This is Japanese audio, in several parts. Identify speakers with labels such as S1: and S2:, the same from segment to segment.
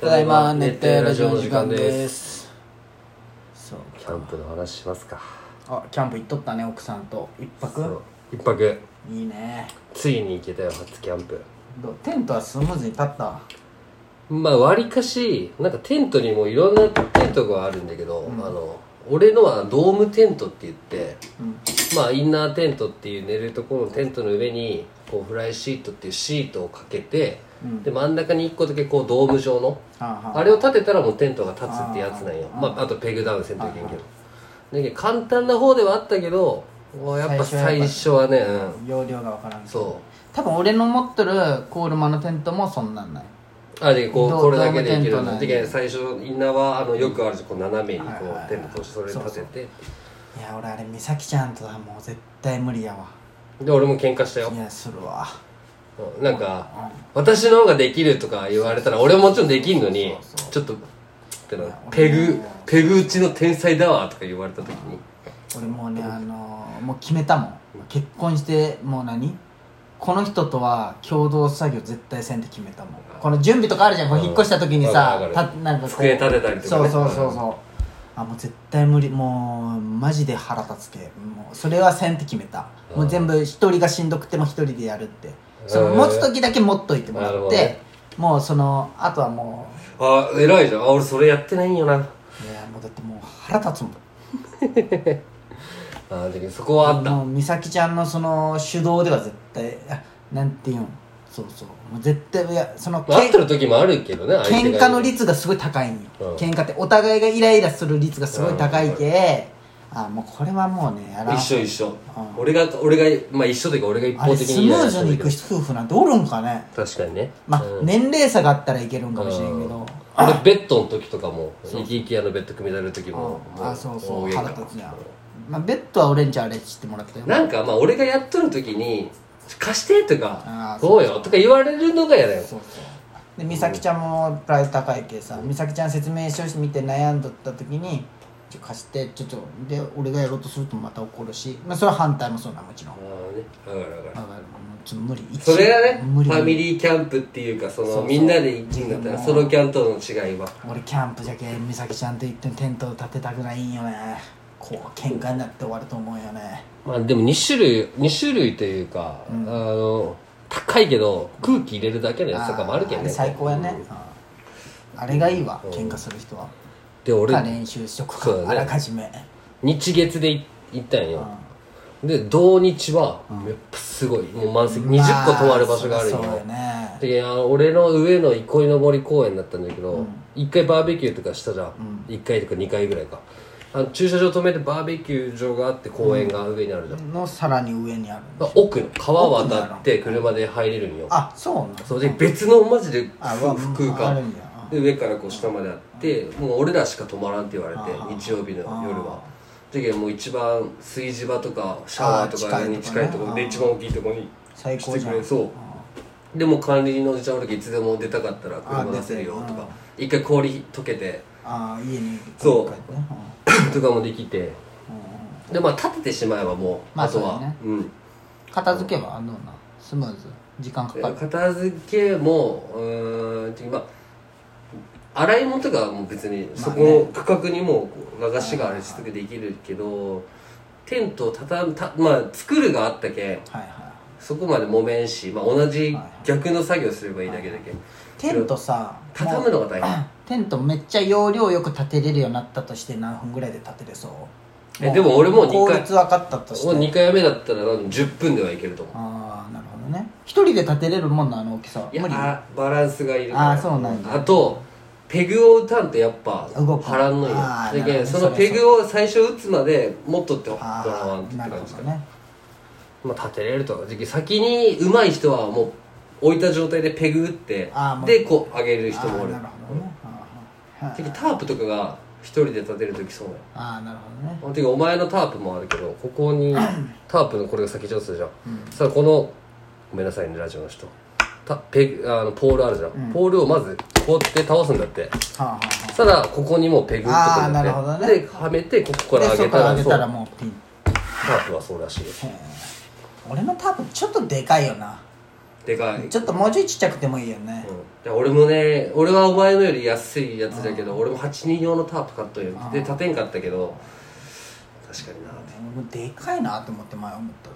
S1: ただいま熱帯ラジオの時間ですそう
S2: キャンプの話しますか
S1: あキャンプ行っとったね奥さんと一
S2: そう
S1: 泊
S2: 一泊
S1: いいね
S2: ついに行けたよ初キャンプ
S1: どうテントはスムーズに立った
S2: まあわりかしなんかテントにもいろんなテントがあるんだけど、あの俺のはドームテントって言って
S1: うん
S2: まあインナーテントっていう寝るところのテントの上にこうフライシートっていうシートをかけて
S1: うん
S2: で真ん中に1個だけこうドーム状の
S1: はあはあ
S2: あれを立てたらもうテントが立つってやつなんよ
S1: あー
S2: まあ、あとペグダウンせんといけん
S1: はい
S2: けどだけど簡単な方ではあったけどもうやっぱ最初はねう
S1: 容量がわからんけ
S2: ん
S1: ど
S2: そう
S1: 多分俺の持ってるコールマのテントもそんなんない
S2: あでこう
S1: どう
S2: これだけでいけ
S1: ドームテントな
S2: る
S1: ん
S2: の
S1: や
S2: でけど最初インナーはあのよくあるじゃんこう斜めにこ
S1: はいはいはいう
S2: テント通してそれ立てて
S1: いや俺あれ美咲ちゃんとはもう絶対無理やわ
S2: で俺も喧嘩したよ
S1: いやするわ
S2: うんなんか私の方ができるとか言われたら俺はもちろんできんのにちょっとってなペグペグ打ちの天才だわとか言われた時に
S1: 俺もうねあのーもう決めたもん結婚してもう何この人とは共同作業絶対せんって決めたもんこの準備とかあるじゃんこれ引っ越した時に
S2: うん
S1: さた
S2: わかるわかる
S1: なんかこう
S2: 机立てたりとかね
S1: そうそうそうそうあもう絶対無理もうマジで腹立つけもうそれはせんって決めたもう全部一人がしんどくても一人でやるってその
S2: へー
S1: 持つ時だけ持っといてもら
S2: なる
S1: っ
S2: ほ
S1: て、
S2: どね
S1: もうそのあとはも
S2: あ偉いじゃんあ俺それやってないんよな
S1: ういやもうだってもう腹立つもん
S2: あーだけどそこはあった
S1: もう美咲ちゃんのその手動では絶対あなんていうんそうそうもう絶対いやそのけ
S2: 合ってる時もあるけどね相手
S1: 喧嘩
S2: が
S1: の率がすごい高いんよ、
S2: うん
S1: 喧嘩ってお互いがイライラする率がすごい高いけ、あもうこれはもうねやらん
S2: 一緒一緒
S1: うん
S2: 俺が俺がまあ一緒というか俺が一
S1: あ
S2: 方
S1: れ
S2: 的
S1: ス
S2: に
S1: ム
S2: 言い
S1: ー
S2: 出した
S1: ズ
S2: んだ
S1: に
S2: け
S1: い
S2: ど
S1: く夫婦なんておるんかね
S2: 確かにね
S1: まあ、
S2: うん
S1: 年齢差があったらいけるんかもしれんけど
S2: 俺ベッドの時とかもイキイキ屋のベッド組み立てる時も
S1: ああそうそう
S2: 大喧嘩
S1: 腹立つやん、まあ、ベッドは俺んちあれしてもらったよ
S2: なんかまあ俺がやっとる時に貸してと
S1: あ
S2: か
S1: ー
S2: そうよとか言われるのが嫌だよ
S1: そうそうで美咲ちゃんもプライド高いけさ美咲ちゃん説明書見て悩んどった時に「ちょ貸してちょっと」で俺がやろうとするとまた怒るし、まあ、それは反対もそうなもちろん
S2: あ
S1: だ
S2: あねだからだから
S1: からもうちょっと無理
S2: それがねフ
S1: 無理
S2: ァミリーキャンプっていうかそ
S1: そう
S2: の
S1: そう
S2: みんなで行くんだったらソロキャンとの違いは
S1: 俺キャンプじゃけん美咲ちゃんと行ってテントを立てたくないんよねこう喧嘩になって終わると思うよね
S2: まあでも2種類二種類というか、あの高いけど空気入れるだけのやつとかもあるけど
S1: あ
S2: ね
S1: れ最高やね、うんあれがいいわ
S2: うん
S1: 喧嘩する人は
S2: で俺
S1: か練習しとくか、
S2: そうだね
S1: あらかじめ
S2: 日月でい行ったんよ、で同日はやっぱすごいもう満席20個泊まる場所があるんよ、
S1: まそうよね
S2: であの俺の上の憩いの森公園だったんだけど、1回バーベキューとかしたじゃん、1回とか2回ぐらいかあの駐車場止めてバーベキュー場があって公園が上にあるじゃん、
S1: のさらに上にある
S2: まあ奥の川渡って車で入れるんよ
S1: あそうなの
S2: そうで別のマジで
S1: あ
S2: ふ空
S1: あ
S2: 間
S1: るんだあ
S2: で上からこう下まであってもう俺らしか泊まらんって言われて日曜日の夜はだけどもう一番炊事場とかシャワーと
S1: あ
S2: か
S1: ー
S2: に
S1: 近
S2: 近
S1: い
S2: い
S1: と
S2: と
S1: こ
S2: こ
S1: ね
S2: ろで一番大きいところに
S1: 最
S2: し
S1: 高
S2: て
S1: じゃ
S2: く
S1: ん
S2: れそうでもう管理人のおじちゃんおるけいつでも出たかったら車出せるよとか一回氷溶けて
S1: ああ家に
S2: そう
S1: こうやってねうん
S2: とかもできてでまあ立ててしまえばもう
S1: まあ
S2: あと
S1: そうだ
S2: は
S1: ね
S2: うん
S1: 片付けはどうなんスムーズ時間かかる
S2: 片付けもうーんまあ洗い物とかはもう別にそこの区画にもうこう流しがあれしとくできるけどテントをたたたまあ作るがあったけん
S1: はいは
S2: そこまでもめんし、まあ、同じ逆の作業すればいいだけだけん
S1: いテントさ
S2: 畳むのが大変
S1: もう テントめっちゃ容量よく立てれるようになったとして何分ぐらいで立てれそう
S2: えでも俺も二回
S1: 効率分かったとして
S2: 2回目だったら多分10分ではいけると思う
S1: ああなるほどね一人で立てれるもんなあの大きさはい
S2: や
S1: 無理
S2: あバランスがいるから
S1: あそうなんだ
S2: あとペグを打たんとやっぱ
S1: 動く
S2: 張らんのよ
S1: あ
S2: だ
S1: ー
S2: け
S1: なる
S2: ど
S1: ほ
S2: そ
S1: ど
S2: の
S1: ね
S2: ペグを最初打つまで持っとってもらわん
S1: あ
S2: って
S1: あな
S2: 感
S1: るほ
S2: じ
S1: ど
S2: かな
S1: ね
S2: まあ立てれるとは時期先に上手い人はもう置いた状態でペグ打って
S1: あーもう
S2: でこう上げる
S1: あ
S2: 人
S1: あ
S2: もおる
S1: なるほどねあーはい
S2: てかタープとかが一人で立てる時そうな
S1: ああなるほどね
S2: のてかお前のタープもあるけどこ こにタープのこれが先上手じゃん、さあこのごめんなさいねラジオの人たペグあのポールあるじゃん、ポールをまずこうやって倒すんだって
S1: はあはあはあ
S2: ただここにもペグ打っとくんだ
S1: あーな
S2: って
S1: るほどね
S2: ではめてここか
S1: で
S2: ら上
S1: そ
S2: げ
S1: こ
S2: た
S1: から
S2: ら
S1: 上げ
S2: そ
S1: たら
S2: う
S1: もうピン
S2: タープはそうらしいです
S1: 俺のタープちょっとでかいよな
S2: でかい、うん、
S1: ちょっともうちょいちっちゃくてもいいよね、
S2: で俺もね俺はお前のより安いやつだけど、俺も8人用のタープ買っとんよ
S1: うん
S2: で立てんかったけど確かにな
S1: 俺もでかいなと思って前思った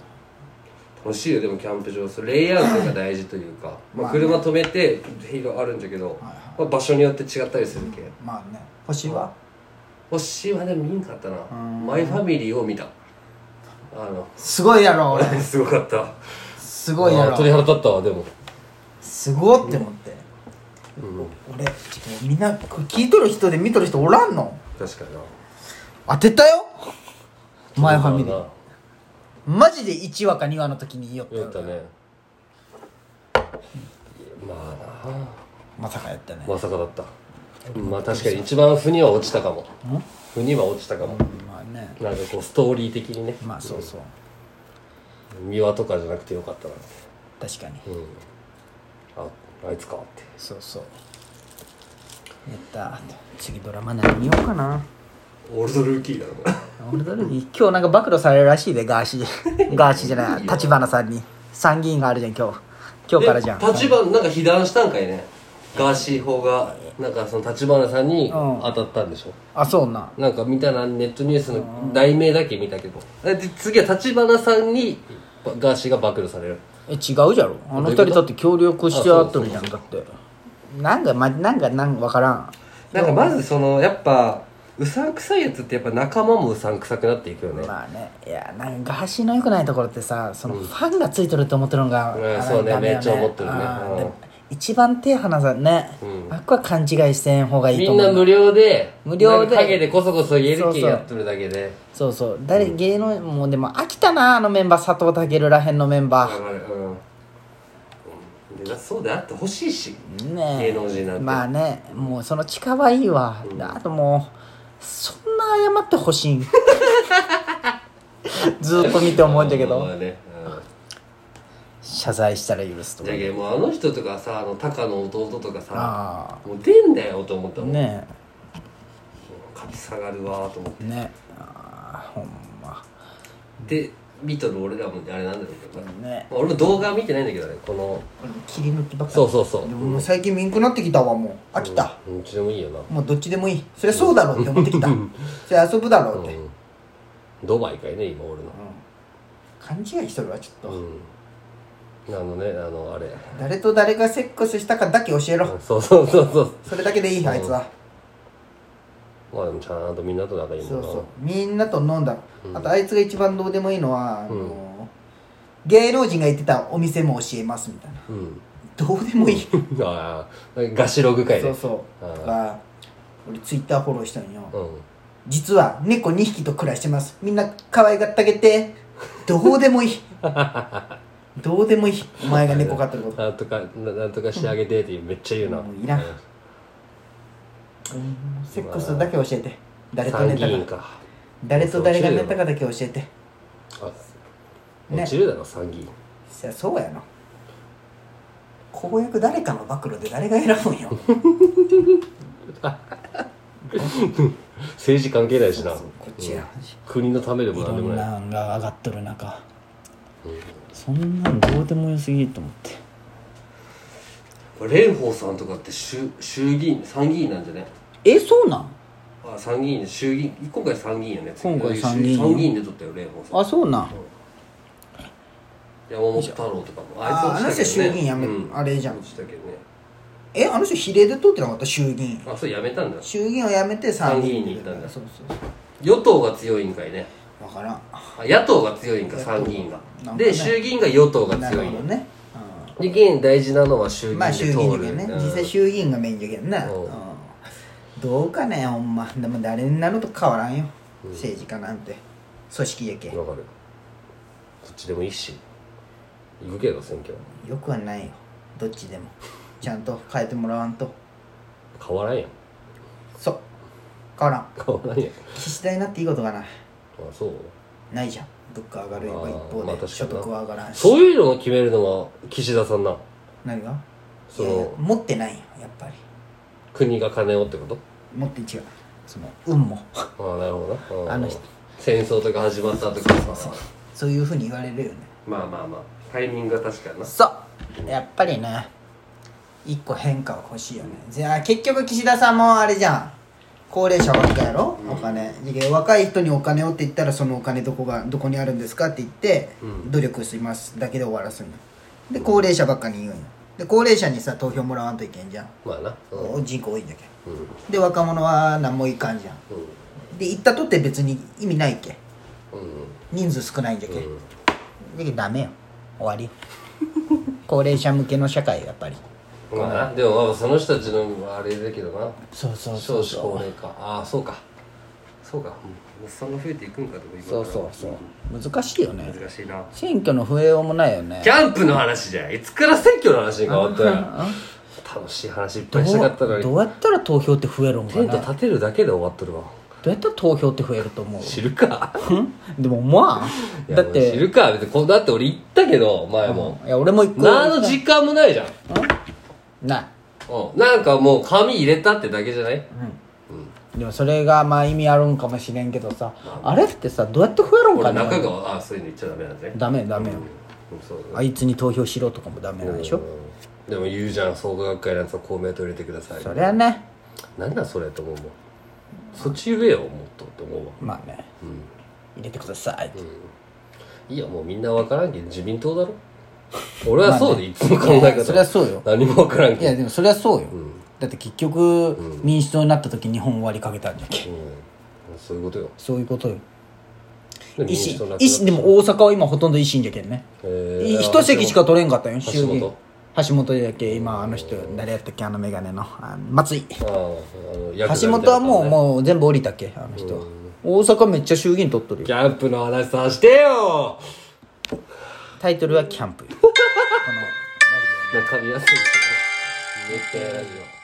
S2: 楽しいよでもキャンプ場それレイアウトが大事というか、ま
S1: ま
S2: あ、
S1: あね
S2: 車止めていろいろあるんだけど、
S1: はい
S2: まあ、場所によって違ったりするけ、
S1: まあね星は
S2: 星はでも見んかったな
S1: うん
S2: マイファミリーを見たあの
S1: すごいやろ俺
S2: すごかった
S1: すごいや
S2: あー鳥
S1: ろ
S2: 肌立ったわでも、
S1: すごって思って
S2: うん、
S1: 俺ちょっとみんなこれ聞いとる人で見とる人おらんの
S2: 確かにな
S1: 当てたよマイファミリ
S2: そう
S1: ーマジで1話か2話の時に言いよった
S2: だな
S1: よ
S2: 言ったねまあな
S1: まさかやったね
S2: まさかだったまあ確かに一番腑には落ちたかも
S1: ん
S2: 腑には落ちたかも
S1: まあね
S2: なんかこうストーリー的にね
S1: まあそうそう
S2: 三輪とかじゃなくてよかったなって
S1: 確かに
S2: うんああいつかって
S1: そうそうやった次ドラマ何見ようかな
S2: オールドルーキーだろ
S1: 俺だに今日なんか暴露されるらしいでガーシ ーガーシーじゃない立花さんに参議院があるじゃん今日今日からじゃん
S2: 立花なんか被弾したんかいねガーシー法がなんかその立花さんに当たったんでしょ、
S1: あそうな
S2: なんか見たなネットニュースの題名だけ見たけどで次は立花さんにばガーシーが暴露される
S1: え違うじゃろあの二人だって協力してやっとるじゃんだってなんかまなんかなんか分からん
S2: なんかまずそのやっぱうさんくさいやつってやっぱ仲間もうさんくさくなっていくよね、
S1: まあねいやなんかガーシーの良くないところってさそのファンがついとると思ってるのが、
S2: うん
S1: あの
S2: そうね
S1: ダメよ
S2: めっちゃ思ってるね
S1: あー
S2: うん
S1: で一番手離さんね、
S2: うん
S1: あっこは勘違いせん方がいい
S2: み
S1: と
S2: ん
S1: 思う
S2: な無料で
S1: 無料で
S2: なんか陰でこそこそ家でやっとるだけで
S1: そうそう誰、芸能もうでも飽きたなあのメンバー佐藤健らへんのメンバ
S2: わ
S1: ー、
S2: かるうんでだそうであってほしいし
S1: ねえ
S2: 芸能人なんて
S1: まあねもうその近はいいわ、あともうそんな謝ってほしい んずーっと見て思うんだけ
S2: ま
S1: ど
S2: あねうん
S1: 謝罪したら許すと
S2: じ
S1: か
S2: ゃけもうあの人とかさあのタカの弟とかさ
S1: あ
S2: もう出んだよと思った
S1: あ
S2: もん、
S1: ね
S2: 勝ち下がるわーと思っ
S1: えねえああほんま
S2: てで見とる俺らもあれなんだろうけどな、
S1: ね
S2: まあ俺も動画は見てないんだけどねこの
S1: 切り抜きばっか
S2: そうそうそ
S1: で
S2: う
S1: ももう最近見んくなってきたわもう飽きた、
S2: うんうちでもいいよな、
S1: もうどっちでもいいそれそうだろうって思ってきたそれ遊ぶだろうって、
S2: うん、ドバイかいね今俺の
S1: 勘違いしとるわちょっと、
S2: うんあのねあのあれ
S1: 誰と誰がセックスしたかだけ教えろ、
S2: うんそうそうそうそう
S1: それだけでいいあいつは、
S2: まあでもちゃんとみんなと仲いいも
S1: そ
S2: ん
S1: う
S2: な
S1: そうみんなと飲んだ、
S2: うん
S1: あとあいつが一番どうでもいいのは、あの芸能人が行ってたお店も教えますみたいな
S2: うん
S1: どうでもいい、
S2: ああガシログ会
S1: そ
S2: で
S1: うそう
S2: あー
S1: とか俺ツイッターフォローしたんよ、
S2: うん
S1: 実は猫2匹と暮らしてますみんな可愛がってあげてどうでもいいどうでもいいお前が猫飼ってること
S2: なんとかななんとかしてあげてってめっちゃ言うな、
S1: もういらん
S2: うん
S1: セックスだけ教えて誰と
S2: 参
S1: 寝
S2: 議
S1: た
S2: 院
S1: か
S2: か
S1: 誰と誰が寝たかだけ教えて
S2: あ
S1: ね
S2: 落ちるだろ参議院
S1: そりゃそうやな公約誰かの暴露で誰が選ぶんよ
S2: 政治関係ないしな
S1: そうこっちや
S2: 国のためでも
S1: い
S2: なん
S1: ろ
S2: でも
S1: ん
S2: ない
S1: なんが上がっとる中、そんなんどうでもよすぎると思って
S2: 蓮舫さんとかって衆衆議院参議院なんじゃね
S1: えそうなん
S2: あ参議院衆議院今回参議院やね
S1: 今回参議院
S2: 衆参議院で取ったよ蓮舫さん
S1: あそうなん
S2: 山本太郎とかも
S1: ああの
S2: 落
S1: 人
S2: ちたけど
S1: 衆議院やめ、
S2: うん
S1: あれじゃん
S2: 落ちたけどね
S1: えあの人比例で通ってなかった衆議院
S2: あそれやめたんだ
S1: 衆議院を辞めて参議院
S2: 参議院に行ったんだ
S1: そうそうそ
S2: 与党が強いんかいね
S1: う分からん
S2: あ野党が強いんか参議院が
S1: なんかね
S2: で衆議院が与党が
S1: なる
S2: 強い
S1: ほ
S2: ん
S1: ど
S2: や
S1: ね、
S2: で議員大事なのは
S1: う
S2: 衆議
S1: ん、
S2: 院
S1: まあ
S2: で
S1: 衆
S2: 通
S1: 議院だけど
S2: る
S1: ね、
S2: うん
S1: 実際衆議院がメインだけどね、
S2: そう
S1: うん、どうかねほんまでも誰になると変わらんよ、政治家なんて組織やけ
S2: わかるどっちでもいいし行くけど選挙
S1: よくはないよどっちでもちゃんと変えてもらわんと
S2: 変わらんやん
S1: そう変わらん
S2: 変わらんやん
S1: 岸田になっていいことがない
S2: あそう
S1: ないじゃん物価上がる一
S2: あー
S1: 方
S2: ま
S1: で、
S2: あ確かにな
S1: 所得は上がらんし
S2: そういうのを決めるのは岸田さんな
S1: 何が
S2: そ
S1: いやいや
S2: の
S1: 持ってないよやっぱり
S2: 国が金をってこと
S1: 持って違うその運も
S2: ああなるほどな
S1: あの人
S2: 戦争とか始まったとかさ
S1: そういうふうに言われるよね
S2: まあまあまあタイミングが確かにな
S1: そうやっぱりね一個変化は欲しいよねじゃあ結局岸田さんもあれじゃん高齢者ばっかやろ、お金で若い人にお金をって言ったらそのお金どこがどこにあるんですかって言って、努力しますだけで終わらすんよで高齢者ばっかに言うんよで高齢者にさ投票もらわんといけんじゃん、
S2: まあなうんうん
S1: 人口多いんだけどで若者は何もいかんじゃん
S2: うん
S1: で行ったとって別に意味ないけ
S2: うん
S1: 人数少ないんじゃけ、
S2: うん
S1: だけどダメよ終わりよ 高齢者向けの社会やっぱり
S2: まあなでもまあその人たちのあれだけどな
S1: そうそうそ
S2: 少
S1: う
S2: 子高齢化ああそうかそうかおっさんが増えていくんかとか今か
S1: そ
S2: ら
S1: うそうそう難しいよね
S2: 難しいな
S1: 選挙の笛をもないよね
S2: キャンプの話じゃんいつから選挙の話に変わったや楽しい話いっぱいしたかったのに
S1: どうやったら投票って増えるんか
S2: テン
S1: な
S2: ト
S1: ど
S2: 立てるだけで終わっとるわ
S1: うやったら投票って増えると思
S2: 知るか
S1: うでもまあ
S2: いや
S1: だっ
S2: もう知
S1: て
S2: るか別にこだって俺言ったけど前も
S1: いや俺も一個
S2: 何の時間もないじゃん
S1: な
S2: うんなんかもう紙入れたってだけじゃない
S1: いでもそれがまあ意味あるんかもしれんけどさあれってさどうやって増えるん
S2: 俺
S1: かな
S2: 中川あそういうの言っちゃダメなんだね
S1: ダメダメよ
S2: うんそうだ
S1: あいつに投票しろとかもダメなんでしょ
S2: うんでも言うじゃん創価学会のやつは公明党入れてください
S1: そりゃね
S2: なんだそれと思うもんそっち言えよもっとって思うわ
S1: まあね入れてくださいって
S2: いいやもうみんな分からんけん自民党だろ俺はそうでいつも考え
S1: いや
S2: 方
S1: そりゃそうよ
S2: 何も分からん
S1: い
S2: け
S1: や
S2: ん
S1: でもそりゃそうよ、だって結局、民主党になった時日本終わりかけたんじゃけ、
S2: うんそういうことよ
S1: そういうことよ
S2: で
S1: 維
S2: 民
S1: 新
S2: 主党なくなっ
S1: 維新でも大阪は今ほとんど維新じゃけんね
S2: えー
S1: い一席しか取れんかったよ
S2: 橋本
S1: 衆議院橋本じゃけ今あの人誰やったっけあの眼鏡のあ松井
S2: あーあのヤクザみた
S1: 橋本は
S2: いな
S1: もうもう全部降りたっけあの人は大阪めっちゃ衆議院取っとるよ
S2: キャンプの話さしてよ
S1: タイトルはキャンプよこの
S2: 中身安い寝てラジオ